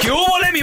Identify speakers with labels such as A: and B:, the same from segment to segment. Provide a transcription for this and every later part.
A: ¿Qué hubo, le, mi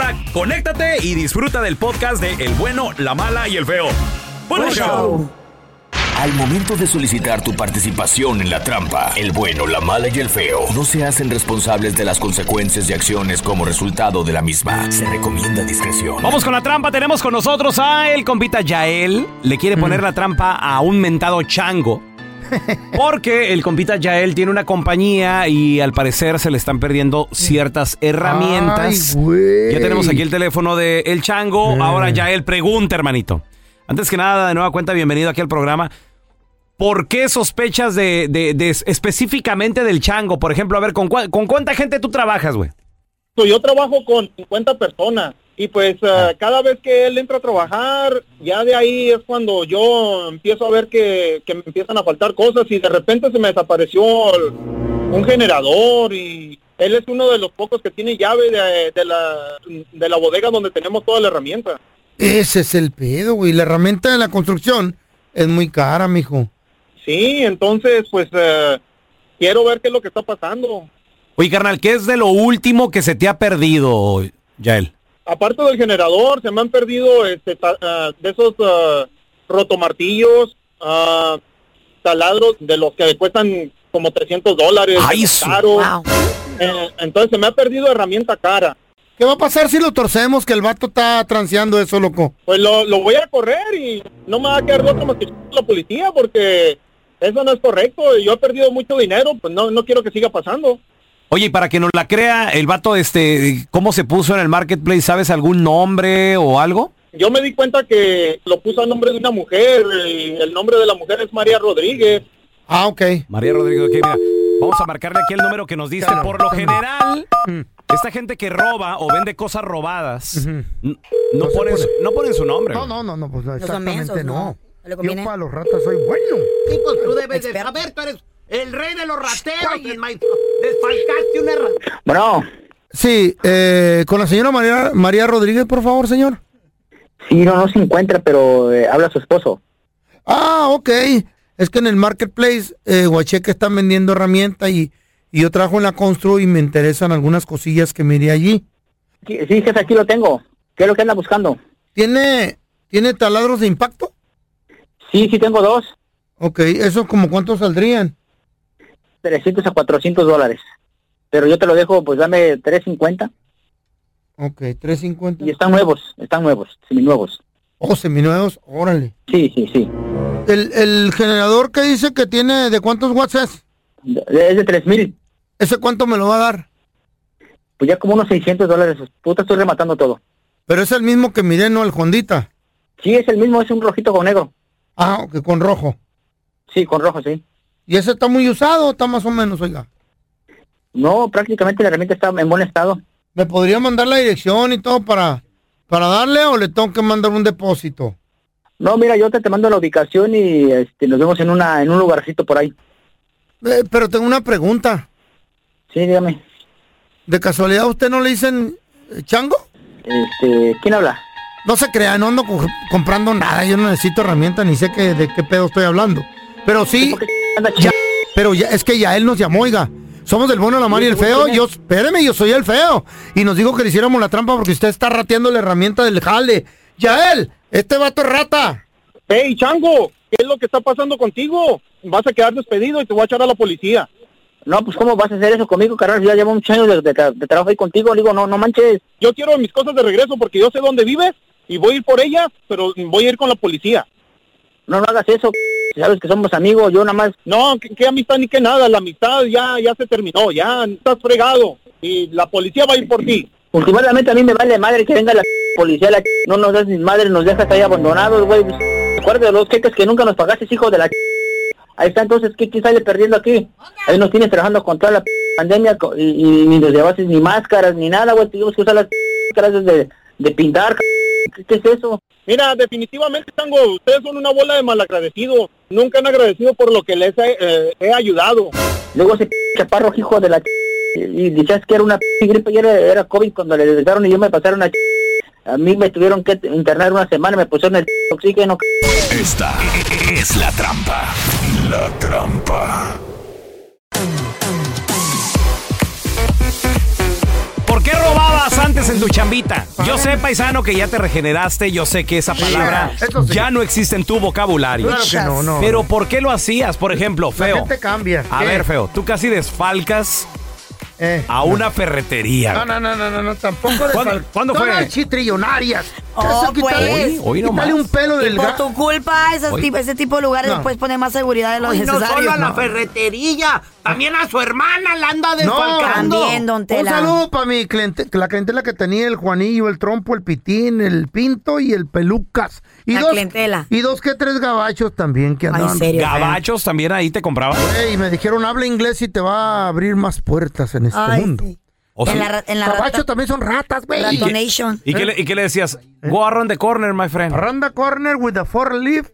A: conéctate y disfruta del podcast de El bueno, la mala y el feo. Buen
B: Buen
A: show.
B: Al momento de solicitar tu participación en la trampa, el bueno, la mala y el feo no se hacen responsables de las consecuencias y acciones como resultado de la misma. Se recomienda discreción.
A: Vamos con la trampa, tenemos con nosotros a el compita Yael. Le quiere poner la trampa a un mentado chango. Porque el compita Yael tiene una compañía y al parecer se le están perdiendo ciertas herramientas.
C: Ay, güey.
A: ya tenemos aquí el teléfono de El Chango. Ahora Yael pregunta, hermanito. Antes que nada, de nueva cuenta, bienvenido aquí al programa. ¿Por qué sospechas de, de- de- específicamente del Chango? Por ejemplo, a ver, ¿con, cua- con cuánta gente tú trabajas, güey?
D: Pues yo trabajo con 50 personas y pues eh, cada vez que él entra a trabajar, ya de ahí es cuando yo empiezo a ver que, que me empiezan a faltar cosas y de repente se me desapareció el- un generador y él es uno de los pocos que tiene llave de, de la, de la bodega donde tenemos toda la herramienta.
C: Ese es el pedo, güey. La herramienta de la construcción es muy cara, mijo.
D: Sí, entonces pues eh, quiero ver qué es lo que está pasando.
A: Oye, carnal, ¿qué es de lo último que se te ha perdido, Yael?
D: aparte del generador, se me han perdido este, ta- ah, de esos ah, rotomartillos, ah, taladros de los que cuestan como 300 dólares.
A: ¡Ay, su-
D: caro.
E: Wow.
D: Eh, entonces se me ha perdido herramienta cara.
C: ¿Qué va a pasar si lo torcemos? Que el vato está transeando eso, loco.
D: Pues lo, lo voy a correr y no me va a quedar de otra más que la policía porque eso no es correcto. Yo he perdido mucho dinero, pues no, no quiero que siga pasando.
A: Oye, y para que nos la crea, el vato, este, ¿cómo se puso en el marketplace? ¿Sabes algún nombre o algo?
D: Yo me di cuenta que lo puso a nombre de una mujer y el nombre de la mujer es María Rodríguez.
C: Ah, ok.
A: María Rodríguez, ok, mira, vamos a marcarle aquí el número que nos dice.
C: Claro.
A: Por lo general, esta gente que roba o vende cosas robadas,
C: Ujú.
A: n- no,
C: se
A: ponen
C: pone.
A: su, no ponen su nombre.
C: No,
A: güey.
C: no, no, no, pues
E: exactamente
C: exactamente
E: mensos,
C: no.
E: no. no le conviene.
C: Yo
E: Yo
C: para
E: pa'
C: los ratas soy bueno.
F: Sí, pues tú debes de
E: Experto.
F: saber, tú eres el rey de los rateros y el maestro. Desfalcaste una ra-
G: Bueno,
C: Sí, eh, con la señora María, María Rodríguez, por favor, señor.
G: sí, no, no se encuentra, pero eh, habla su esposo.
C: Ah, ok. Es que en el marketplace, eh, Huacheca están vendiendo herramientas y, y yo trabajo en la constru y me interesan algunas cosillas que miré allí.
G: Sí, sí, jefe, aquí lo tengo. ¿Qué es lo que anda buscando?
C: ¿Tiene, ¿Tiene taladros de impacto?
G: Sí, sí, tengo dos,
C: Ok, ¿eso como cuánto saldrían?
G: 300 a 400 dólares. Pero yo te lo dejo, pues dame 350.
C: Ok, 350.
G: Y están nuevos, están nuevos, seminuevos.
C: Oh, seminuevos, órale.
G: Sí, sí, sí.
C: El, el generador que dice que tiene, ¿de cuántos watts es?
G: De- Es de 3000,
C: ¿Ese cuánto me lo va a dar?
H: pues ya como unos 600 dólares. Puta, estoy rematando todo.
C: Pero es el mismo que miré, ¿no? El Hondita.
H: Sí, es el mismo, es un rojito con negro.
C: Ah, que con rojo.
H: Sí, con rojo, sí.
C: ¿Y ese está muy usado o está más o menos, oiga?
H: No, prácticamente la herramienta está en buen estado.
C: ¿Me podría mandar la dirección y todo para, para darle o le tengo que mandar un depósito?
H: No, mira, yo te, te mando la ubicación y este, nos vemos en una en un lugarcito por ahí.
C: Eh, pero tengo una pregunta.
H: Sí, dígame.
C: ¿De casualidad a usted no le dicen eh, chango?
H: Este, ¿quién habla?
C: No se crea, no ando co- comprando nada, yo no necesito herramientas ni sé qué, de qué pedo estoy hablando. Pero sí,
H: Anda, ch-
C: ya, pero ya, es que ya él nos llamó, oiga. Somos del bueno, la mala y el feo. Yo, espéreme, yo soy el feo. Y nos dijo que le hiciéramos la trampa porque usted está rateando la herramienta del jale. Ya él, este vato es rata.
I: Hey, Chango, ¿qué es lo que está pasando contigo? Vas a quedar despedido y te voy a echar a la policía.
H: No, pues ¿cómo vas a hacer eso conmigo, carnal? Ya llevo muchos años de, de tra- de trabajo ahí contigo. Le digo, no, no manches.
I: Yo quiero mis cosas de regreso porque yo sé dónde vives y voy a ir por ellas, pero voy a ir con la policía.
H: No, no hagas eso. Sabes que somos amigos. Yo nada más
I: No, qué, qué amistad ni qué nada, la amistad ya, ya se terminó, ya estás fregado y la policía va a ir por ti.
H: Últimamente a mí me vale madre que venga la policía, la no nos das ni madre, nos dejas ahí abandonados, güey. Acuérdate de los cheques que nunca nos pagaste, hijo de la Ahí está entonces, ¿qué, qué sale perdiendo aquí? Ahí nos tienes trabajando con toda la pandemia co- y, y ni nos llevaste ni máscaras ni nada, güey. Tuvimos que usar las clases de, de pintar, ¿qué, qué es eso?
I: Mira, definitivamente, Tango, ustedes son una bola de malagradecidos. Nunca han agradecido por lo que les he, eh, he ayudado.
H: Luego ese chaparro, hijo de la y, y decías que era una gripe y era, era COVID cuando le regresaron y yo me pasaron a a mí me tuvieron que internar una semana, me pusieron el oxígeno,
J: Esta es la trampa. La trampa.
A: ¿Por qué robabas antes en tu chambita? Yo sé, paisano, que ya te regeneraste, yo sé que esa palabra
C: eso sí.
A: ya no existe en tu vocabulario.
C: Claro que no, no.
A: Pero ¿por qué lo hacías? Por ejemplo,
C: la
A: feo.
C: gente cambia.
A: A
C: ¿Qué?
A: ver, feo, tú casi desfalcas
C: Eh.
A: a una ferretería.
C: No, no, no, no, no, no, tampoco de
A: ¿Cuándo-
C: fal-
A: cuándo
C: Son
A: fue?
C: las chitrilonarias.
E: Oh,
C: Eso, quítale-
E: pues. Hoy-
A: hoy nomás.
C: quítale un pelo
E: Y
C: del
E: por
C: gato.
E: tu culpa, esos
A: Oye.
E: tip- ese tipo de lugares
C: No.
E: después pone más seguridad de lo
K: Y no
E: necesario.
K: solo a la ferretería, también a su hermana la anda desfalcando.
E: También, don
C: Un
E: Tela.
C: saludo para mi cliente, la clientela que tenía el Juanillo, el Trompo, el Pitín, el Pinto y el Pelucas. Y
E: La
C: dos,
E: clientela.
C: Y dos que tres gabachos también que
E: Ay,
C: andaban.
E: serio,
A: Gabachos también ahí te compraban.
C: Ey, me dijeron, habla inglés y te va a abrir más puertas en este
E: Ay,
C: mundo.
E: sí.
A: ¿O sí?
E: En la, ra- en la
C: Gabachos
E: rata-
C: también son ratas, güey.
E: Ratonation.
C: Eh.
A: ¿Y, qué le, y qué le decías? Go around the corner, my friend.
C: Randa Eh. Corner with a four leaf.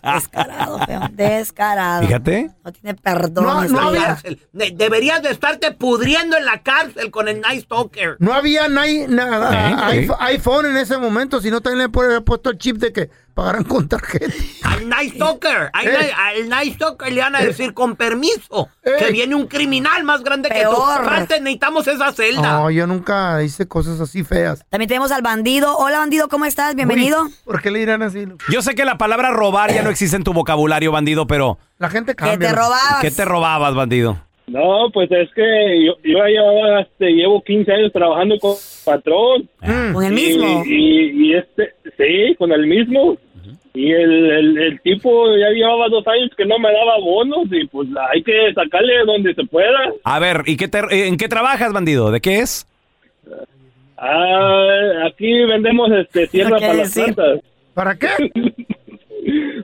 E: Descarado, feo. Descarado.
A: Fíjate.
E: No tiene perdón.
C: No,
E: ese
C: no
E: día.
C: había-
K: Cárcel. De- deberías de estarte pudriendo en la cárcel con el Nice Talker.
C: No había ni- nada,
A: Eh,
C: iPhone- iPhone en ese momento, si no también le puede haber puesto el chip de que pagaran con tarjeta.
K: Al Nice Talker. Al,
C: Eh.
K: al Nice Talker le van a decir con permiso
C: Eh.
K: que viene un criminal más grande que
E: Peor.
K: tú. Antes necesitamos e-". esa celda.
C: No, yo nunca hice cosas así feas.
E: También tenemos al bandido. Hola, bandido, ¿cómo estás? Bienvenido.
C: Uy, ¿Por qué le dirán así? Lu?
A: Yo sé que la palabra robar ya no existe en tu vocabulario, bandido, pero
C: La gente
E: Que
C: cambia.
E: te
C: Lu.
E: robabas.
A: ¿qué te robabas, bandido?
I: No, pues es que yo, yo llevo, llevo 15 años trabajando con patrón.
E: Con el
I: Y-
E: mismo.
I: Y, y este, sí, con el mismo. Y el, el, el tipo ya llevaba dos años que no me daba bonos y pues la- hay que sacarle donde se pueda.
A: A ver, ¿y qué te- eh, en qué trabajas, bandido? ¿De qué es?
I: Ah, aquí vendemos este tierra
E: No quiere
I: para las
E: decir.
I: plantas.
C: ¿Para qué?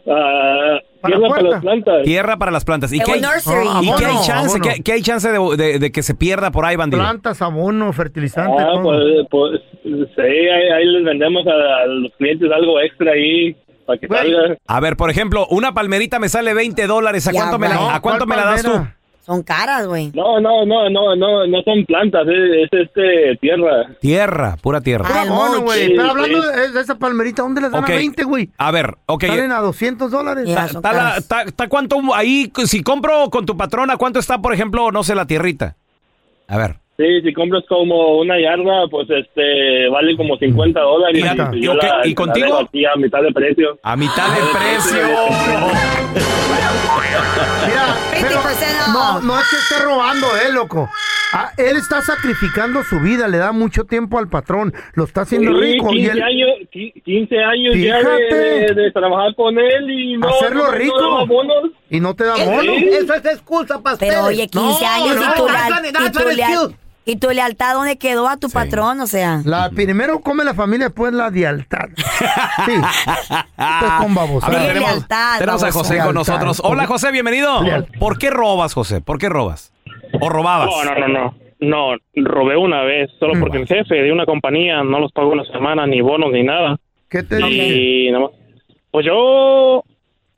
I: Ah,
C: Para
I: tierra para
C: la
I: las
C: puerta.
I: plantas.
A: Tierra para las plantas. ¿Y
E: Eh,
A: qué hay,
E: un nursery.
C: Ah,
A: y qué hay
C: Abono,
A: chance?
C: abono.
A: ¿Qué, qué hay chance de, de- de que se pierda por ahí, bandido?
C: Plantas, abono, fertilizante.
I: Ah,
C: todo.
I: pues, pues sí, ahí, ahí les vendemos a, a los clientes algo extra ahí para que
C: Güey.
I: salga.
A: A ver, por ejemplo, una palmerita me sale 20 dólares. ¿A
E: Ya,
A: cuánto, me la,
E: güey.
A: ¿a cuánto me la das tú?
C: palmera?
E: Son caras, güey.
I: No, no, no, no, no, no son plantas, es, es, este tierra.
A: Tierra, pura tierra.
E: Ah, el
C: Abono,
E: mulch.
C: güey.
I: Sí,
C: Pero hablando
I: sí.
C: de, de esa palmerita, ¿dónde les dan
A: Ok.
C: a 20, güey?
A: A ver, ok.
C: Salen a 200 dólares.
E: Ya. son
A: ¿Está, la-
E: caras.
A: está- está cuánto ahí? Si compro con tu patrona, ¿cuánto está, por ejemplo, no sé, la tierrita? A ver.
I: Sí, si compras como una yarda, pues este vale como 50 dólares.
A: Mira,
I: pues,
A: ¿y
I: yo
A: qué?
I: la-
A: ¿Y
I: la
A: contigo?
I: dejo aquí a mitad de precio.
A: A mitad de precio.
C: Mira, pero
E: 20%
C: no,
E: off.
C: no es que esté robando, eh, loco. Ah, él está sacrificando su vida, le da mucho tiempo al patrón, lo está haciendo
I: Sí,
C: rico. y
I: 15
C: él-
I: años, qui- 15 años ya de,
C: Fíjate.
I: de- de trabajar con él y no.
C: Hacerlo
I: no- no
C: rico.
I: daba bonos.
C: y no te da
K: Eso,
C: bono.
I: Sí.
K: eso es excusa para
E: Pero, oye, 15 años y tú la-
K: no,
E: y tú
K: no,
E: la-
K: no,
E: ¿Y tu lealtad dónde quedó a tu patrón? O sea.
C: La primero come la familia, después la lealtad. Sí. Pues con babosa.
A: A ver,
C: Dile
A: tenemos,
C: lealtad,
A: tenemos a
C: babosa.
A: José con
C: Lealtad.
A: nosotros. Hola, José, bienvenido.
C: Lealtad.
A: ¿Por qué robas, José? ¿Por qué robas? ¿O robabas? Mm.
L: No, no, no, no. No, robé una vez, solo porque el jefe de una compañía no los pagó una semana, ni bonos, ni nada.
C: ¿Qué te
L: Y nada más. Pues yo,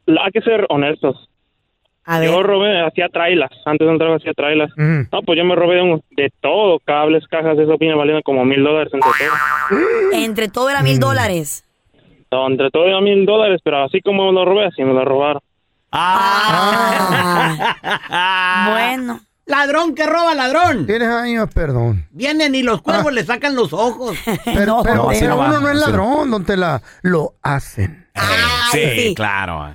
L: la- hay que ser honestos. Yo robé, hacía trailas, antes de entrar hacía trailas.
C: Mm.
L: No, pues yo me robé de, un- de todo, cables, cajas, eso viene valiendo como mil dólares entre todo.
E: Entre todo era mil dólares.
L: No, entre todo era mil dólares, pero así como me lo robé, así me lo robaron.
E: Bueno.
F: Ladrón que roba ladrón.
C: Tienes años, perdón.
F: Vienen y los cuervos le sacan los ojos.
C: Pero, pero,
A: así
C: pero
A: no va,
C: uno no es
A: así no.
C: ladrón, don Tela. Lo hacen.
A: sí, claro.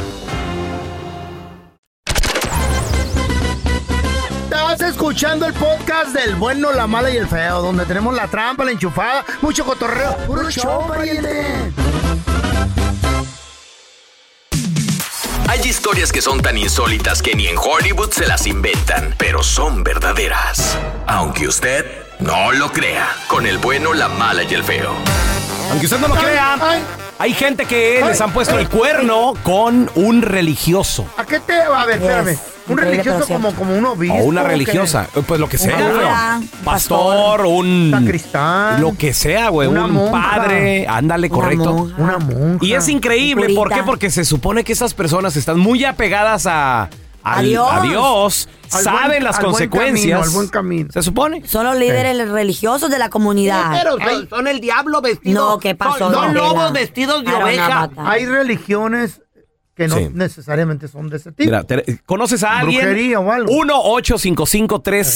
C: Estás escuchando el podcast del bueno, la mala y el feo, donde tenemos la trampa, la enchufada, mucho cotorreo. ¡Puro show, pariente!
B: Hay historias que son tan insólitas que ni en Hollywood se las inventan, pero son verdaderas. Aunque usted no lo crea, con el bueno, la mala y el feo.
A: Aunque usted no lo crea, hay gente que les han puesto el cuerno con un religioso
C: ¿A qué te va a ver? Espérame. Un
A: Increíble, pero
C: religioso
A: cierto.
C: como, como un obispo.
A: o una
C: ¿qué?
A: religiosa, eh, pues lo que sea,
C: Una
A: güey.
C: abuela,
A: pastor,
C: un pastor,
A: un
C: sacristán,
A: lo que sea, güey,
C: una
A: un
C: monja.
A: padre, ándale,
C: Una
A: correcto.
C: monja. Una monja.
A: Y es increíble, ¿por qué? Porque se supone que esas personas están muy apegadas a al-
E: A Dios.
A: a Dios,
E: Al
A: saben
E: buen-
A: las
E: al buen
A: consecuencias.
E: camino, al buen
A: Se supone.
E: Son los líderes religiosos de la comunidad.
F: Pero son, son el diablo vestido.
E: No, ¿qué pasó,
F: Son, son
E: don Tela?
F: lobos vestidos de
E: Para una
F: oveja.
E: bata.
C: Hay religiones que no
A: Sí.
C: necesariamente son de ese tipo.
A: Mira, te- ¿conoces a alguien?
C: Brujería o algo.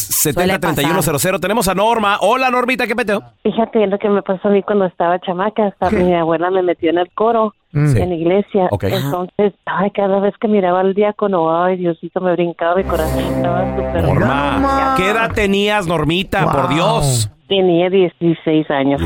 A: 1-855-370-3100. Tenemos a Norma. Hola, Normita, ¿qué peteo?
M: Fíjate lo que me pasó a mí cuando estaba chamaca. Hasta mi abuela me metió en el coro,
A: Mm. Sí.
M: en la iglesia.
A: Ok. Ajá.
M: Entonces, ay, cada vez que miraba al diácono, ay, Diosito, me brincaba mi corazón. Estaba súper...
A: Norma. ¿Qué edad tenías, Normita? Por Dios.
M: Tenía 16 años.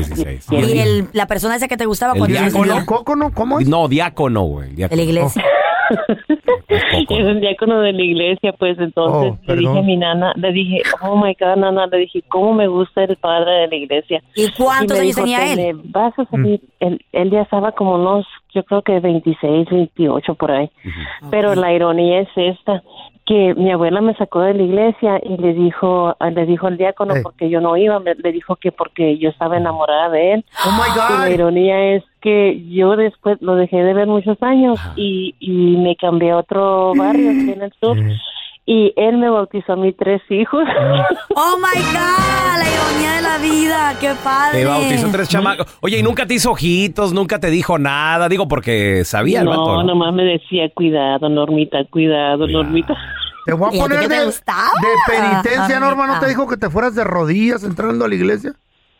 E: Y el- la persona esa que te gustaba
A: El
E: cuando eras
A: diácono.
E: niña.
C: ¿Cómo
A: No, diácono, güey.
E: De la iglesia.
M: Es un diácono de la iglesia, pues entonces
A: Oh,
M: le dije a mi nana, le dije, oh my God, nana, le dije, ¿cómo me gusta el padre de la iglesia?
E: ¿Y cuántos
M: me
E: años
M: dijo,
E: tenía
M: "Te
E: él?
M: le Vas a
A: Mm,
M: salir, él, él ya estaba como unos, yo creo que 26, 28 por ahí. Pero la ironía es esta, que mi abuela me sacó de la iglesia y le dijo, ah, le dijo al diácono, porque yo no iba, me- le dijo que porque yo estaba enamorada de él.
C: Oh my God.
M: la ironía es que yo después lo dejé de ver muchos años y, y me cambié a otro barrio aquí en el sur. Y él me bautizó a mis tres hijos.
E: Oh my God, la ironía de la vida. Qué
A: Oh,
E: padre.
A: Te bautizó tres chamacos. Oye, y nunca te hizo ojitos, nunca te dijo nada. Digo, porque sabía el
M: no,
A: vato. ¿no?
M: nomás me decía, cuidado, Normita, cuidado, Normita.
C: Te Ah, voy a poner de, de penitencia,
M: Ah,
C: Norma. ¿No te dijo que te fueras de rodillas entrando a la iglesia?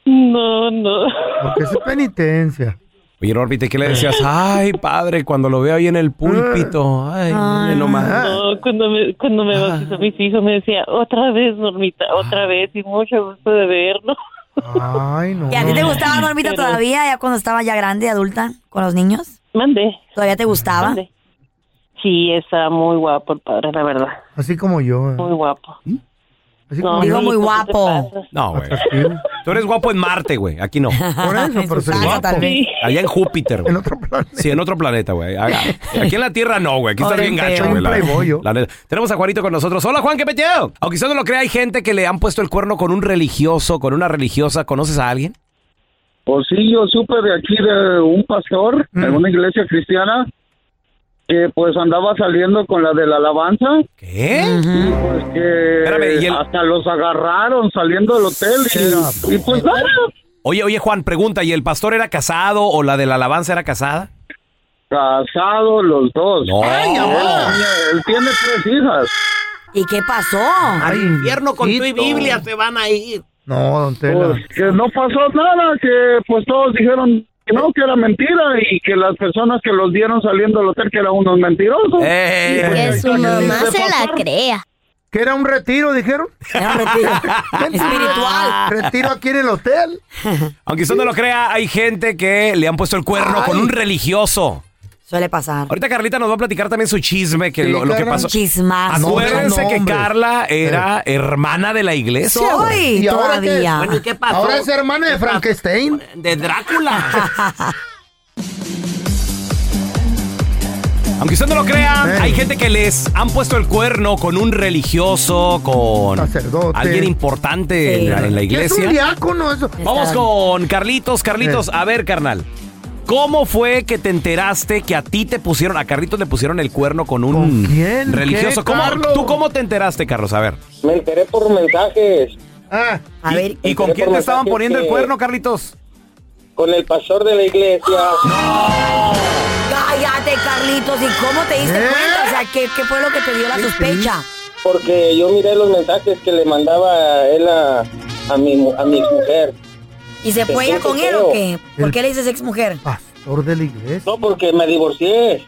M: No, no.
C: Porque eso es penitencia.
A: Oye, Normita, ¿y ¿qué le decías? Ay, padre, cuando lo veo ahí en el púlpito. Ay, mire nomás.
M: No, cuando me, cuando me bautizó mis hijos me decía, otra vez, Normita, otra vez, y mucho gusto de verlo.
C: Ay, no.
E: ¿Y a ti te gustaba Normita todavía, ya cuando estaba ya grande, adulta, con los niños?
M: Mandé.
E: ¿Todavía te gustaba?
M: Sí, está muy guapo el padre, la verdad.
C: Así como yo. eh.
M: Muy guapo.
C: Así como yo.
A: No, güey. Tú eres guapo en Marte, güey. Aquí no.
C: Por eso, En pero su soy casa, guapo. tal vez.
A: Allá en Júpiter, güey. En otro planeta. Sí, en otro planeta, güey. Acá- Aquí en la Tierra no, güey. Aquí estás
C: Pobre
A: bien gacho,
C: feo.
A: güey. la-
C: Un playboy, yo.
A: la neta. Tenemos a Juanito con nosotros. Hola, Juan, qué peteo. Aunque usted no lo crea, hay gente que le han puesto el cuerno con un religioso, con una religiosa. ¿Conoces a alguien?
N: Pues sí, yo supe de aquí de un pastor
C: Mm.
N: en una iglesia cristiana que pues andaba saliendo con la de la alabanza.
A: ¿Qué?
N: pues que hasta los agarraron saliendo del hotel. Y, y, pues nada,
A: Oye, oye, Juan, pregunta. ¿Y el pastor era casado o la de la alabanza era casada?
N: casados los dos.
A: Ay,
N: él, tiene- él tiene tres hijas.
E: ¿Y qué pasó?
C: Al
F: infierno con tu y Biblia se van a ir.
C: No, don Tela.
N: Pues que no pasó nada, que pues todos dijeron que no, que era mentira y que las personas que los vieron saliendo del hotel que eran unos mentirosos.
C: Eh,
N: Y, pues,
O: Que su mamá se la crea.
C: Que era un retiro, dijeron.
E: Era un retiro.
C: Espiritual. Retiro aquí en el hotel.
A: Aunque usted no lo crea, hay gente que le han puesto el cuerno con un religioso.
E: Suele pasar.
A: Ahorita Carlita nos va a platicar también su chisme, que
E: Sí,
A: lo, lo que
E: Carla.
A: pasó.
E: Un chismazo.
A: Acuérdense
E: No,
A: que
E: hombre.
A: Carla era hermana de la iglesia.
E: Soy
A: güey.
C: ¿Y ahora qué?
E: todavía. Bueno, ¿y
F: qué pasó?
C: Ahora es hermana de Frankenstein.
F: De Drácula.
A: Aunque usted no lo crea, hay gente que les han puesto el cuerno con un religioso, con alguien importante en, la, en la
C: Es un
A: iglesia.
C: diácono eso.
A: Vamos con Carlitos. Carlitos, a ver, carnal. ¿Cómo fue que te enteraste que a ti te pusieron, a Carlitos le pusieron el cuerno con un
C: quién?
A: religioso?
C: ¿Qué,
A: ¿Cómo-
C: Carlos?
A: ¿Tú cómo te enteraste, Carlos? A ver.
G: Me enteré por mensajes.
C: Ah,
G: a ver.
A: ¿Y con quién te estaban poniendo el cuerno, Carlitos?
G: Con el pastor de la iglesia.
E: Cállate, Carlitos. ¿Y cómo te
C: ¿Eh?
E: diste cuenta? O sea, ¿qué, qué fue lo que te dio la sospecha?
G: Porque yo miré los mensajes que le mandaba él a, a mi, mu- a mi mujer.
E: ¿Y se fue ella con él o qué? ¿Por qué le dices ex mujer?
C: Ah. Pastor de la iglesia.
G: No, porque me divorcié.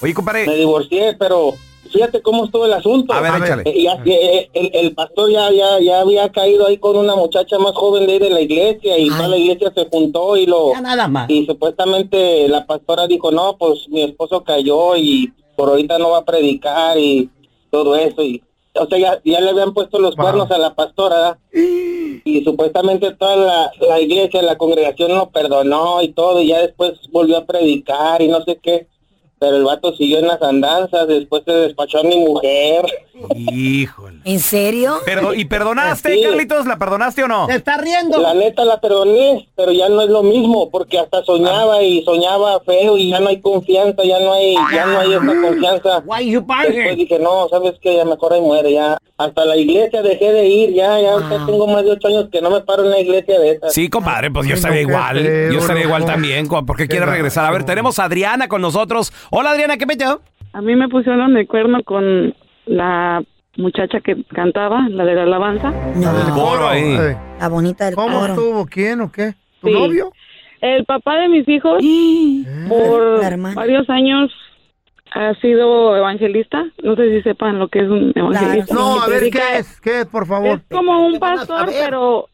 A: Oye, compadre.
G: Me divorcié, pero fíjate cómo estuvo el asunto.
A: A ver, A ver. échale.
G: Eh, ya- eh, el, el pastor ya, ya, ya había caído ahí con una muchacha más joven de ahí de la iglesia y toda la iglesia se juntó y lo...
F: Ya nada más.
G: Y supuestamente la pastora dijo, no, pues mi esposo cayó y por ahorita no va a predicar y todo eso. y O sea, ya, ya le habían puesto los cuernos a la pastora y supuestamente toda la, la iglesia, la congregación lo perdonó y todo, y ya después volvió a predicar y no sé qué. Pero el vato siguió en las andanzas, después se despachó a mi mujer.
A: Híjole.
E: ¿En serio?
A: Perdo- ¿Y perdonaste,
G: Sí.
A: Carlitos? ¿La perdonaste o no?
G: está riendo? La neta la perdoné, pero ya no es lo mismo, porque hasta soñaba y soñaba feo y ya no hay confianza, ya no hay, ya no hay esa confianza. Después dije, no, sabes que ya mejor ahí muere, ya. Hasta la iglesia dejé de ir, ya, ya ahorita tengo más de ocho años que no me paro en la iglesia de esas.
A: Sí, compadre, pues yo
G: Ay,
A: estaría
G: no, qué
A: igual.
G: feo,
A: Yo estaría igual
G: loco.
A: también, co- porque quiere regresar. A ver, tenemos a Adriana con nosotros. Hola, Adriana, ¿qué metió?
P: A mí me pusieron el cuerno con la muchacha que cantaba, la de la alabanza.
A: El coro ahí.
E: La bonita del
C: ¿Cómo
P: coro.
C: estuvo? ¿Quién o qué? ¿Tu
P: Sí.
C: novio?
P: El papá de mis hijos, por varios años, ha sido evangelista. No sé si sepan lo que es un evangelista.
C: No, a ver,
P: Predica-
C: ¿qué es? ¿Qué es, por favor?
P: Es como un pastor, pero...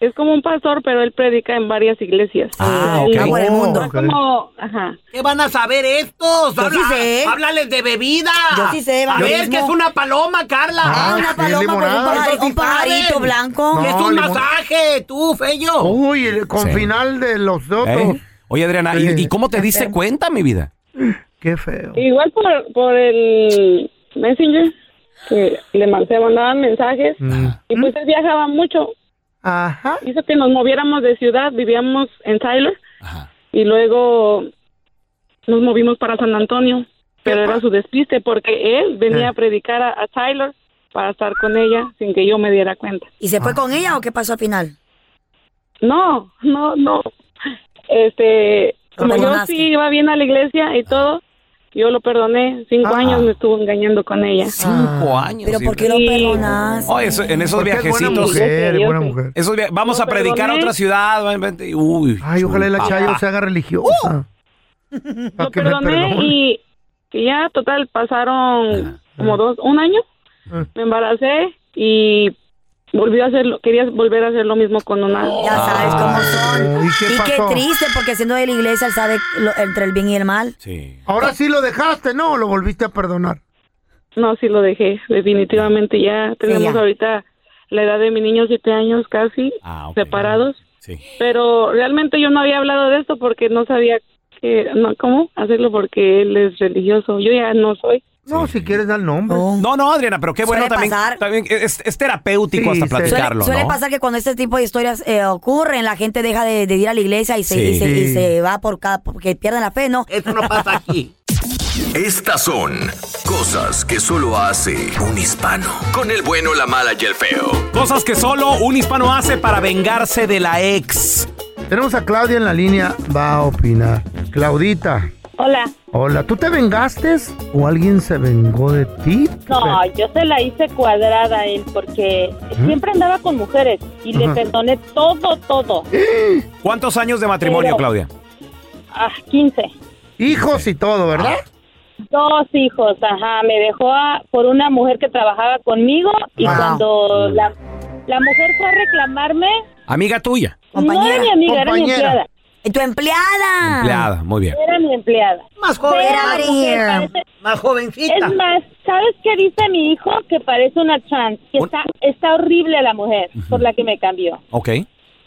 P: Es como un pastor, pero él predica en varias iglesias.
C: Ah, ok. Ah, por el mundo.
P: Es como... Ajá.
F: ¿Qué van a saber estos? Habla- Háblales de bebida.
E: Yo sí sé,
F: A ver,
E: evangelismo.
F: que es una paloma, Carla.
E: Ah, Ah, una sí, paloma con un limonada. pajar- un pajarito
F: ¿Saben?
E: blanco.
F: Que es
E: No,
F: un
E: limón.
F: masaje, tú, feyo.
C: Uy, el- con final de los dos.
A: ¿Eh? Oye, Adriana, ¿y, y cómo te diste cuenta, mi vida?
C: Qué feo.
P: Igual por, por el Messenger, que le man- se mandaban mensajes y pues él viajaba mucho.
G: Ah.
C: Ajá.
P: Hizo que nos moviéramos de ciudad, vivíamos en Tyler y luego nos movimos para San Antonio, pero era su despiste porque él venía a predicar a, a Tyler para estar con ella sin que yo me diera cuenta.
E: ¿Y se fue
C: Ah.
E: con ella o qué pasó al final?
P: No, no, no. Este, como yo
E: perdonaste?
P: sí iba bien a la iglesia y todo, yo lo perdoné. Cinco
E: Ah.
P: años me estuvo engañando con ella.
A: Cinco años.
E: ¿Pero por qué lo
A: Irene.
E: perdonaste?
A: Oh, eso- en esos
C: Porque es buena
A: viajecitos.
C: mujer, es buena mujer.
A: Esos via- vamos
C: Lo
A: a predicar a
C: perdoné.
A: otra ciudad. va, vente. Uy.
C: Ay, ojalá la
A: chulo.
C: Chayo
A: Ah.
C: se haga religiosa.
P: lo
C: que me
P: perdoné
C: perdone.
P: y, y ya
C: Ah.
P: total pasaron como dos un año me embaracé y volvió a hacer, lo- quería volver a hacer lo mismo con una...
E: Ya
C: Ah.
E: sabes cómo son.
P: qué
E: y qué
P: pasó?
E: triste, porque siendo de la iglesia, él sabe lo- entre el bien y el mal.
A: Sí.
C: Ahora sí lo dejaste, ¿no? ¿O lo volviste a perdonar?
P: No, sí lo dejé, definitivamente ya tenemos
C: ya.
P: ahorita la edad de mi niño, siete años casi, separados.
A: Sí.
P: Pero realmente yo no había hablado de esto porque no sabía que, Uh. no, cómo hacerlo porque él es religioso. Yo ya no soy.
C: No, si quieres dar nombre.
A: No, no, Adriana, pero qué bueno
E: Oh. Suele
A: también.
E: pasar.
A: también es, es terapéutico
C: Sí,
A: hasta
C: sí.
A: platicarlo,
E: Suele
A: ¿no?
E: pasar que cuando este tipo de historias eh, ocurren, la gente deja de, de ir a la iglesia y se,
A: Sí.
E: y se, y
A: Sí.
E: se va por cada, porque pierden la fe, ¿no?
F: Eso no pasa aquí.
B: Estas son cosas que solo hace un hispano. Con el bueno, la mala y el feo.
A: Cosas que solo un hispano hace para vengarse de la E. ex.
C: Tenemos a Claudia en la línea, va a opinar. Claudita,
Q: Hola.
C: hola, ¿tú te vengaste o alguien se vengó de ti?
Q: No, yo se la hice cuadrada a él porque
C: ¿Mm?
Q: siempre andaba con mujeres y le
A: Ajá.
Q: perdoné todo, todo.
A: ¿Cuántos años de matrimonio,
Q: Pero-
A: Claudia?
Q: Ah, 15.
C: Oh. Hijos y todo, ¿verdad?
A: Ah,
Q: Dos hijos, ajá. Me dejó a- por una mujer que trabajaba conmigo y
A: Wow. Mm.
Q: cuando la, la mujer fue a reclamarme,
A: Amiga tuya.
Q: no era mi amiga, era mi empleada.
E: ¡Tu
Q: Ah.
E: empleada!
A: Empleada, muy bien.
Q: Era mi empleada.
F: Más joven,
Q: Pero
F: más
Q: la
F: mujer,
Q: mujer
F: parece- más jovencita.
Q: Es más, ¿sabes qué dice mi hijo? Que parece una trans, que está, está horrible la mujer por la que me cambió.
A: Ok.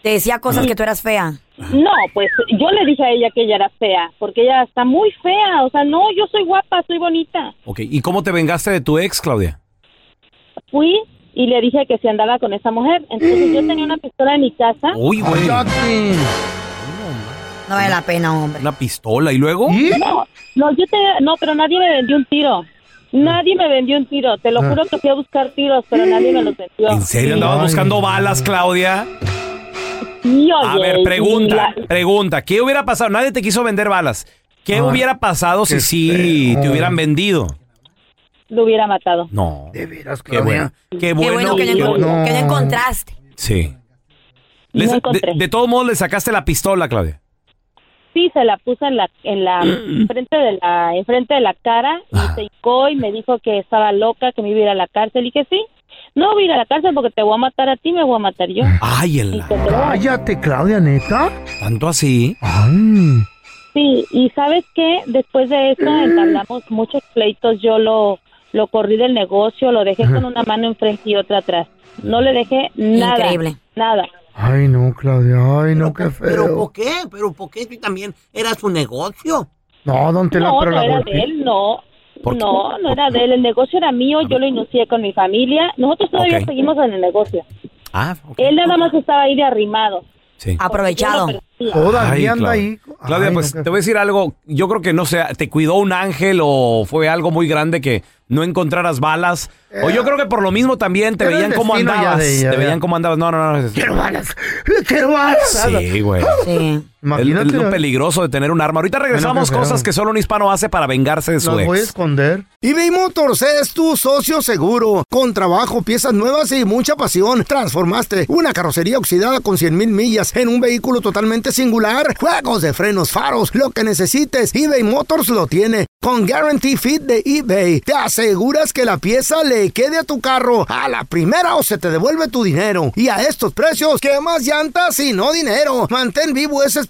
E: Te decía cosas que tú eras fea.
Q: No, pues yo le dije a ella que ella era fea, porque ella está muy fea. O sea, no, yo soy guapa, soy bonita.
A: Ok. ¿Y cómo te vengaste de tu ex, Claudia?
Q: Fui y le dije que se andaba con esa mujer. Entonces yo tenía una pistola en mi casa.
A: Uy, güey.
E: No vale la pena, hombre.
A: Una pistola. ¿Y luego?
Q: No, no, yo te, no, pero nadie me vendió un tiro. Nadie me vendió un tiro. Te lo
A: Ah.
Q: juro que fui a buscar tiros, pero nadie me los vendió.
A: ¿En serio andabas buscando balas, Claudia?
Q: Sí, oye,
A: A ver,
Q: y
A: pregunta,
Q: la-
A: pregunta. ¿Qué hubiera pasado? Nadie te quiso vender balas. ¿Qué
Q: Ah,
A: hubiera pasado si
Q: qué
A: sí
Q: feo.
A: te hubieran vendido?
Q: lo hubiera matado.
A: No.
C: De veras,
A: Qué bueno. Qué bueno.
E: que,
A: que-
E: no, encon- que no encontraste.
A: Sí. Les- de, de todos modos, le sacaste la pistola, Claudia.
Q: Sí, se la puse en la, en la frente de la, enfrente de la cara y
A: Ah.
Q: se hincó y me dijo que estaba loca, que me iba a ir a la cárcel y que sí. No voy a ir a la cárcel porque te voy a matar a ti, me voy a matar
A: Ah,
Q: yo.
A: Ay, el.
C: Cállate, Claudia, neta.
A: ¿Tanto así?
C: Ay.
Q: Sí, y sabes qué, después de eso
F: Mm.
Q: entablamos muchos pleitos, yo lo, lo corrí del negocio, lo dejé con una mano enfrente y otra atrás. No le dejé nada.
E: Increíble.
Q: Nada.
C: Ay, no, Claudia, ay, no, qué
F: ¿Pero
C: feo.
F: por qué? ¿Pero por qué tú también era su negocio?
C: No, don Tela,
Q: no,
C: pero
Q: no
C: la
Q: era
C: golpe-
Q: de él, no.
C: ¿Por qué?
Q: No, no era de él. El negocio era mío, yo lo inicié con mi familia. Nosotros todavía
A: Ok.
Q: seguimos en el negocio.
A: Ah,
Q: Él nada más estaba ahí de arrimado.
A: sí.
Q: Ah,
E: Aprovechado.
A: Ay,
C: Todavía anda
A: Claudia.
C: ahí.
A: Claudia, pues te voy a decir algo. Yo creo que no sé, te cuidó un ángel o fue algo muy grande que no encontraras balas. O yo creo que por lo mismo también te
C: Eh, Era el
A: veían cómo
C: destino ya
A: andabas.
C: de ella,
A: te
C: ya.
A: veían cómo andabas. No, no, no. es-
C: Quiero balas, quiero balas.
A: Sí, güey. Es- Es lo peligroso de tener un arma. Ahorita regresamos
C: Bueno, qué feo.
A: cosas que solo un hispano hace para vengarse de su
C: Las
A: ex.
C: voy a esconder. eBay Motors es tu socio seguro. Con trabajo, piezas nuevas y mucha pasión. Transformaste una carrocería oxidada con 100 mil millas en un vehículo totalmente singular. Juegos de frenos, faros, lo que necesites. eBay Motors lo tiene. Con Guarantee Fit de eBay, te aseguras que la pieza le quede a tu carro a la primera o se te devuelve tu dinero. Y a estos precios, ¿qué más llantas y no dinero? Mantén vivo ese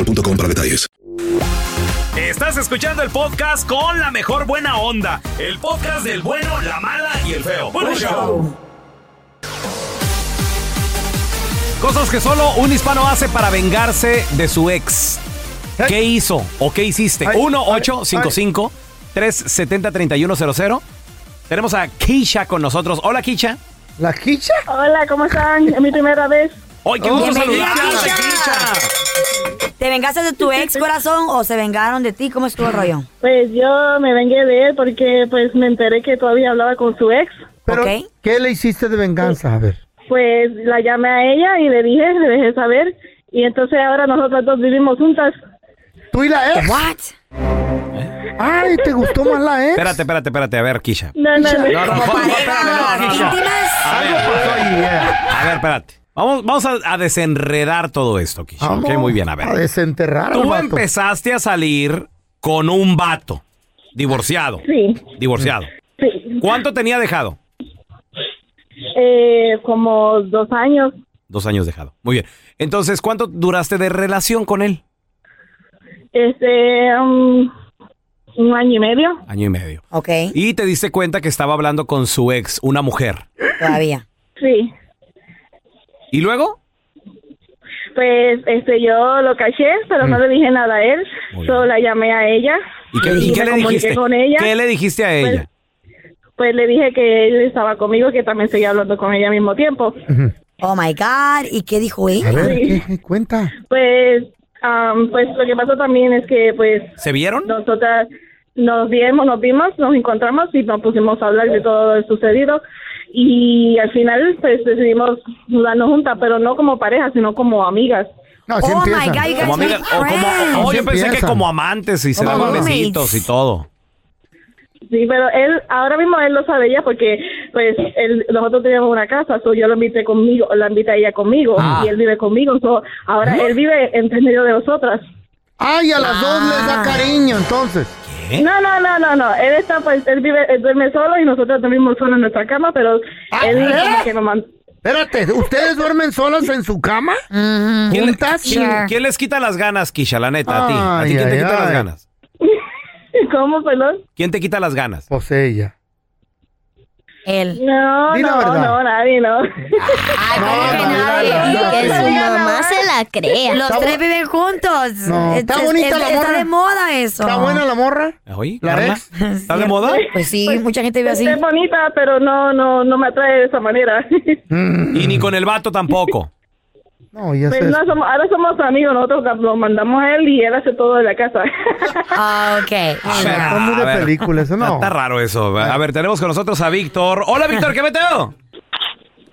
R: para detalles.
A: Estás escuchando el podcast con la mejor buena onda. El podcast del bueno, la mala y el feo. Bueno, show. Cosas que solo un hispano hace para vengarse de su ex. ¿Qué hizo o qué hiciste?
B: Ay,
A: 1-855-370-3100. Tenemos a Keisha con nosotros. Hola, Keisha.
C: ¿La Kicha?
S: Hola, ¿cómo están? Es mi primera vez.
A: ¡Ay, qué
E: Oh,
A: gusto
E: bienvenida,
A: saludarte,
E: Keisha. ¿Te vengaste de tu ex corazón o se vengaron de ti? ¿Cómo estuvo el rollo?
S: Pues yo me vengué de él porque pues me enteré que todavía hablaba con su ex.
C: Pero, ¿qué le hiciste de venganza? A ver.
S: Pues la llamé a ella y le dije, le dejé saber. Y entonces ahora nosotras dos vivimos juntas.
C: ¿Tú y la ex?
E: ¿What?
C: Ay, ¿te gustó más la ex?
A: Espérate, espérate, espérate. A ver, Keisha.
S: No, no, no.
A: No, no, no, no, espérame, no, no, no. A ver, a ver, espérate. Vamos, vamos a, a desenredar todo esto, Keisha.
E: Ah,
C: Ah,
A: Ok, muy bien, a ver.
C: A desenterrar. al
A: Tú
C: vato.
A: empezaste a salir con un vato. Divorciado.
S: Sí,
A: Divorciado.
S: sí.
A: ¿Cuánto tenía dejado?
S: Eh, como dos años,
A: Dos años dejado. Muy bien. Entonces, ¿cuánto duraste de relación con él?
S: este, um, un año y medio.
A: Año y medio.
E: Ok.
A: Y te diste cuenta que estaba hablando con su ex, una mujer.
E: Todavía.
S: Sí.
A: ¿Y luego?
S: Pues este, yo lo caché, pero
C: Mm.
S: no le dije nada a él. Solo la llamé a ella.
A: ¿Y qué, y qué
S: me
A: le
S: comuniqué
A: dijiste?
S: con ella.
A: ¿Qué le dijiste a ella?
S: Pues le dije que él estaba conmigo, que también seguía hablando con ella al mismo tiempo.
E: Oh my God. ¿Y qué dijo ella?
S: A ver, ¿qué-
C: cuenta.
S: Pues, am, pues lo que pasó también es que, pues.
A: ¿Se vieron?
S: Nosotras nos vimos, nos vimos, nos encontramos y nos pusimos a hablar de todo lo sucedido. Y al final, pues decidimos mudarnos juntas, pero no como pareja, sino como amigas.
E: así Oh my empiezan. God, you guys
A: Como amiga-
E: were
A: o como-
E: friends.
A: oh, yo
E: Así
A: pensé que
E: empiezan.
A: como amantes y se
S: Como
A: daban
S: roommates.
A: besitos y todo.
S: Sí, pero él, ahora mismo él lo sabe ya porque, pues, él, nosotros teníamos una casa, so yo lo invité conmigo, la invité a ella conmigo,
C: Ah.
S: y él vive conmigo, so ahora él vive entre medio de nosotras. Ah.
C: Ay, a las dos les da cariño, ¿Eh? entonces.
S: No, no, no, no, no, él está, pues, él vive, él duerme solo y nosotros dormimos solo en nuestra cama, pero él como que nos manda.
C: Ah, ¿eh? Espérate, ¿ustedes duermen solas en su cama?
A: ¿Quién, le-
C: ¿Juntas?
A: quién- quién les quita las ganas, Kisha? La neta, a ti. ¿A ti quién
C: Ay,
A: te
C: ay,
A: quita
C: ay.
A: las ganas?
S: ¿Cómo, perdón?
A: ¿Quién te quita las ganas?
C: Pues ella.
E: Él.
S: No,
C: Di la
S: no,
C: verdad.
S: no, nadie, no.
O: Que su mamá se la crea.
E: Los tres viven juntos.
O: No,
E: Es-
O: está
E: es-
O: bonita
E: es-
O: la
E: Está
O: morra.
E: de moda eso.
O: Está buena
C: la morra?
A: Oye, Carla, ¿está de moda?
E: Pues sí, mucha gente ve así.
S: Es bonita, pero no, no, no me atrae de esa manera.
A: Y ni con el vato tampoco.
C: No, ya
S: Pues no, somos- ahora somos amigos, nosotros lo mandamos a él y él hace todo de la casa.
E: Ah, ok.
A: A ver,
C: Está muy
A: a
C: de
A: ver.
C: película, eso no.
A: Está raro eso. A ver, tenemos con nosotros a Víctor. Hola, Víctor, ¿qué meteo?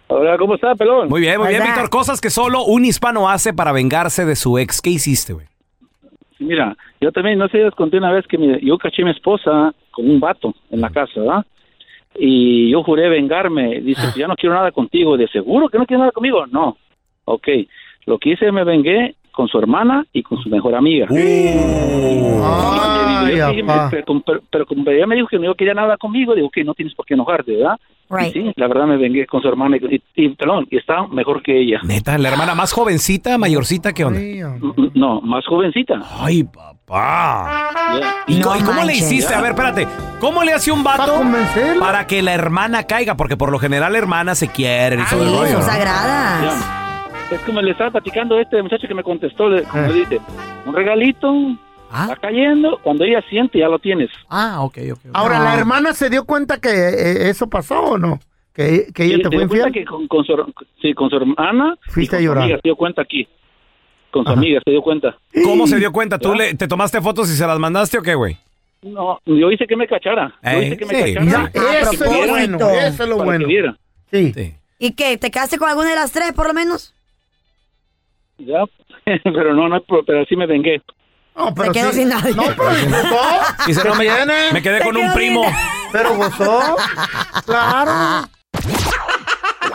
T: Hola, ¿cómo está, pelón?
A: Muy bien, muy bien,
T: Hola.
A: Víctor. Cosas que solo un hispano hace para vengarse de su ex. ¿Qué hiciste, güey?
T: Mira, yo también, no sé, yo les conté una vez que mi- yo caché a mi esposa con un vato en la casa, ¿verdad? Y yo juré vengarme. Dice, "Pues ya no quiero nada contigo. De seguro que no quieres nada conmigo. No. Ok. Lo que hice, me vengué con su hermana y con su mejor amiga. Y yo dije,
C: apá.
T: pero, con- pero- pero como ella me dijo que no quería nada conmigo, digo que no tienes por qué enojarte, ¿verdad?
E: Right.
T: Y sí, la verdad me vengué con su hermana y, y, y, perdón, y estaba mejor que ella.
A: Neta, la hermana más jovencita, mayorcita, ¿qué onda?
T: M- No, más jovencita.
A: Ay, papá. ¿Y,
T: No
A: co- y cómo le
T: manches.
A: hiciste? A ver, espérate. ¿Cómo le hace un vato para que la hermana caiga? Porque por lo general hermanas se quieren y todo el rollo. ¿no?
T: Es como le estaba platicando este muchacho que me contestó, le-
A: Eh.
T: como dice, un regalito, va cayendo, cuando ella siente ya lo tienes.
A: Ah, ok, ok.
C: Ahora, ¿la hermana se dio cuenta que eh, eso pasó o no? ¿Que, que ella
T: Sí, se
C: te
T: dio
C: fue
T: cuenta
C: infiel?
T: que con, con su, sí, con su hermana, y
C: Fuiste
T: con
C: a
T: su
C: llorar.
T: amiga se dio cuenta aquí, con su amiga se dio cuenta.
A: ¿Cómo se dio cuenta? ¿Tú le, te tomaste fotos y se las mandaste o qué, güey?
T: No, yo hice que me cachara, yo
A: Eh,
T: hice que me
A: sí,
T: cachara.
A: mira, Ah, eso es lo
T: Para
A: bueno,
T: que viera,
A: eso es lo
T: para que
A: bueno.
T: viera.
C: Sí.
E: ¿Y qué? ¿Te quedaste con alguna de las tres, por lo menos?
T: Ya, pero no, no, pero sí me vengué.
E: Te quedó sin nadie.
A: Dice, no, me, me quedé
E: Te
A: con un
E: quedo
A: primo.
C: Pero gozó. Claro.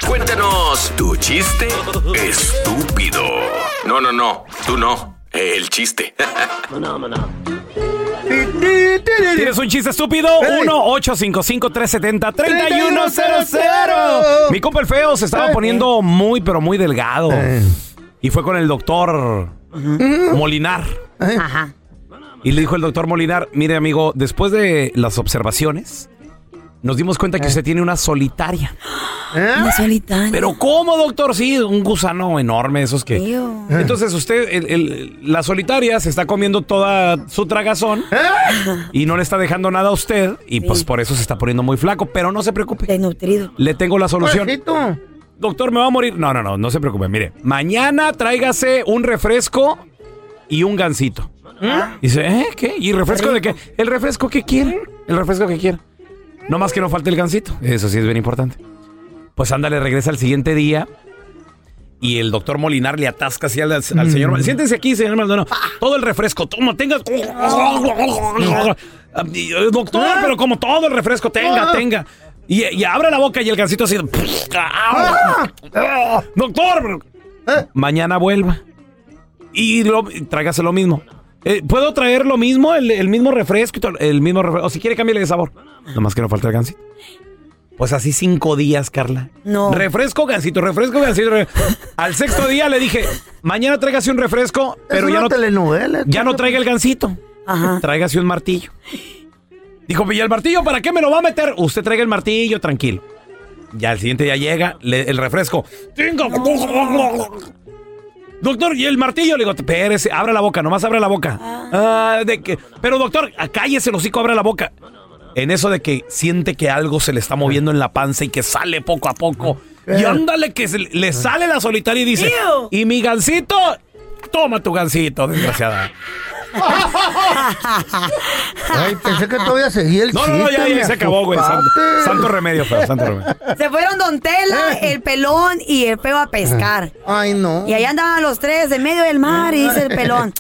U: Cuéntanos tu chiste estúpido. No, no, no. Tú no. El chiste.
A: ¿Tienes un chiste estúpido? 1-855-370-3100.
B: 3100.
A: Mi compa el feo se estaba
B: Eh,
A: poniendo muy, pero muy delgado. Y fue con el doctor Molinar.
E: Ajá.
A: Y le dijo el doctor Molinar, mire amigo, después de las observaciones, nos dimos cuenta que usted tiene una solitaria.
V: Una solitaria.
A: Pero ¿cómo, doctor? Sí, un gusano enorme, esos que... Entonces usted, el- el- la solitaria, se está comiendo toda su tragazón y no le está dejando nada a usted y pues por eso se está poniendo muy flaco, pero no se preocupe.
E: Desnutrido.
A: Le tengo la solución. Doctor, me va a morir. No, no, no, no se preocupe. Mire, mañana tráigase un refresco y un gansito. Dice, ¿eh? ¿Qué? ¿Y refresco de qué? El refresco que quiera. El refresco que quiera. No más que no falte el gansito. Eso sí es bien importante. Pues ándale, regresa al siguiente día. Y el doctor Molinar le atasca así al, al señor. Siéntese aquí, señor Maldonado. Todo el refresco. Toma, tenga. eh, Doctor, pero como todo el refresco, tenga,
F: Ah.
A: tenga. Y, y abre la boca y el gansito así. Doctor. Mañana vuelva. Y lo, y tráigase lo mismo. Eh, ¿Puedo traer lo mismo? El, el mismo refresco. y todo? El mismo refresco. O si quiere, cambiarle de sabor. Nomás que no falta el gansito. Pues así cinco días, Carla.
E: No.
A: Refresco, gansito, refresco, gansito. re- Al sexto día le dije, mañana tráigase un refresco, pero ya
C: una
A: no.
C: telenovela.
A: Ya no traiga el gansito. Tráigase un martillo. Dijo, ¿y el martillo para qué me lo va a meter? Usted traiga el martillo, tranquilo. Ya al siguiente día llega le- el refresco. Tenga. Doctor, ¿y el martillo? Le digo, espérese, abra la boca, nomás abra la boca. Ah, de que, pero doctor, cállese el hocico, abra la boca. En eso de que siente que algo se le está moviendo en la panza y que sale poco a poco.
F: Eh.
A: Y ándale que se le- le sale la solitaria y dice, ¿y mi gancito? Toma tu gancito, desgraciada.
C: Ay, pensé que todavía seguía el
A: No, no, no, ya,
C: chiste,
A: ya
C: me
A: se acabó, güey. Santo,
C: asustaste.
A: santo remedio, pero santo remedio.
E: Se fueron Don Tela, el pelón y el feo a pescar.
C: ¿Eh? Ay, no.
E: Y ahí andaban los tres en medio del mar y dice el pelón.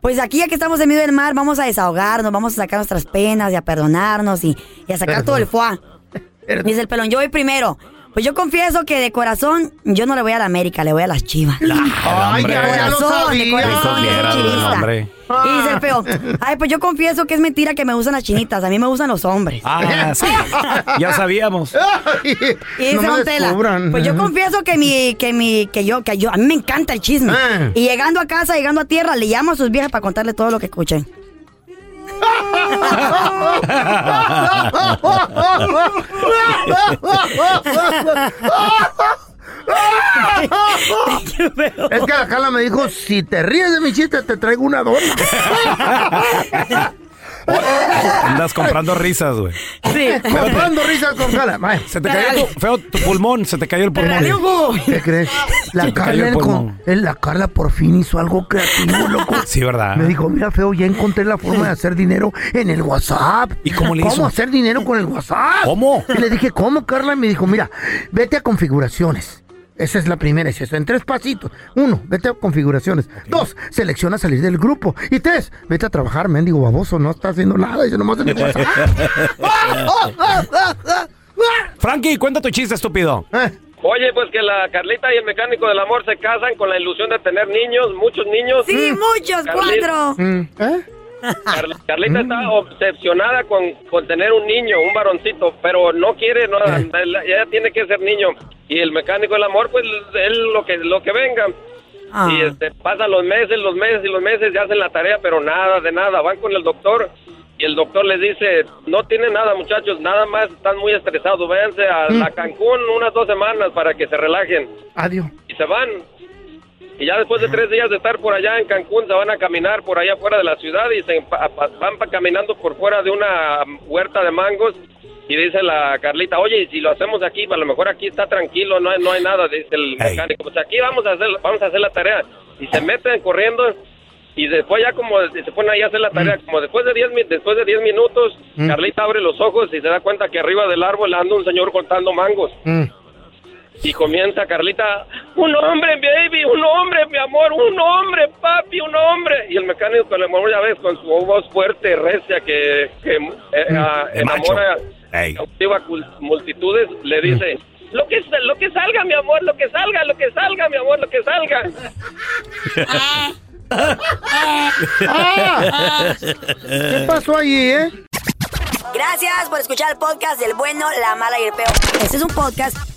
E: Pues aquí ya que estamos en medio del mar, vamos a desahogarnos, vamos a sacar nuestras penas y a perdonarnos y, y a sacar todo el foie. Dice el pelón, yo voy primero. Pues yo confieso que de corazón yo no le voy a la América, le voy a las chivas.
F: Ay,
E: ya, ya lo sabía. Y dice el feo, ay, pues yo confieso que es mentira que me gustan las chinitas, a mí me gustan los hombres.
A: Ah, sí. Ya sabíamos.
E: Y dice
F: No me
E: Don Tela,
F: descubran.
E: pues yo confieso que mi, que mi, que yo, que yo, a mí me encanta el chisme.
F: Ah.
E: Y llegando a casa, llegando a tierra, le llamo a sus viejas para contarle todo lo que escuché.
C: Es que la Carla me dijo, si te ríes de mi chiste, te traigo una dona.
A: Andas comprando risas, güey.
E: Sí.
C: Comprando risas con Carla. Ay,
A: Ah, Se te cayó tu, feo tu pulmón, se te cayó el pulmón.
C: ¿Qué crees? La
A: Se te cayó
C: Carla,
A: el
C: encon-
A: pulmón.
C: el- la Carla por fin hizo algo creativo, loco.
A: Sí, ¿verdad?
C: Me dijo, mira, feo, ya encontré la forma de hacer dinero en el WhatsApp.
A: ¿Y cómo le hizo?
C: ¿Cómo hacer dinero con el WhatsApp?
A: ¿Cómo?
C: Y le dije, ¿cómo, Carla? Y me dijo, mira, vete a configuraciones. Esa es la primera, es eso, en tres pasitos. Uno, vete a configuraciones. Dos, selecciona salir del grupo. Y tres, vete a trabajar, mendigo baboso, no está haciendo nada, dice, nomás en el WhatsApp.
A: Frankie, cuenta tu chiste, estúpido.
W: Oye, pues que la Carlita y el mecánico del amor se casan con la ilusión de tener niños, muchos niños. Mm.
E: Sí, muchos,
W: Carli-
E: cuatro.
C: Mm. ¿Eh?
E: Mm.
W: Car- Carlita está obsesionada con, con tener un niño, un varoncito, pero no quiere, no,
E: Eh.
W: él- ella tiene que ser niño. Y el mecánico del amor, pues él lo que, lo que venga.
E: Ah.
W: Y este, pasan los meses, los meses y los meses, ya hacen la tarea, pero nada, de nada. Van con el doctor y el doctor les dice, no tiene nada muchachos, nada más están muy estresados, váyanse a, a Cancún unas dos semanas para que se relajen
C: Adiós.
W: y se van. Y ya después de tres días de estar por allá en Cancún, se van a caminar por allá afuera de la ciudad y se empa- pa- van pa- caminando por fuera de una huerta de mangos. Y dice la Carlita, oye, y si lo hacemos aquí, a lo mejor aquí está tranquilo, no hay, no hay nada, dice el mecánico. Pues aquí vamos a hacer, vamos a hacer la tarea. Y se meten corriendo y después ya como se ponen ahí a hacer la tarea, como después de 10 mi- después de 10 minutos,
C: Mm.
W: Carlita abre los ojos y se da cuenta que arriba del árbol anda un señor cortando mangos.
A: Mm.
W: Y comienza Carlita, un hombre, baby, un hombre, mi amor, un hombre, papi, un hombre. Y el mecánico, con el amor, ya ves, con su voz fuerte, recia, que, que, eh, ah,
A: Mm, de macho.
W: enamora cautiva cul- multitudes, le dice,
A: Mm.
W: lo que, sa- lo que salga, mi amor, lo que salga, lo que salga, mi amor, lo que salga.
C: Ah, ¿Qué pasó allí, eh?
E: Gracias por escuchar el podcast del bueno, la mala y el peo. Este es un podcast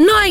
V: No hay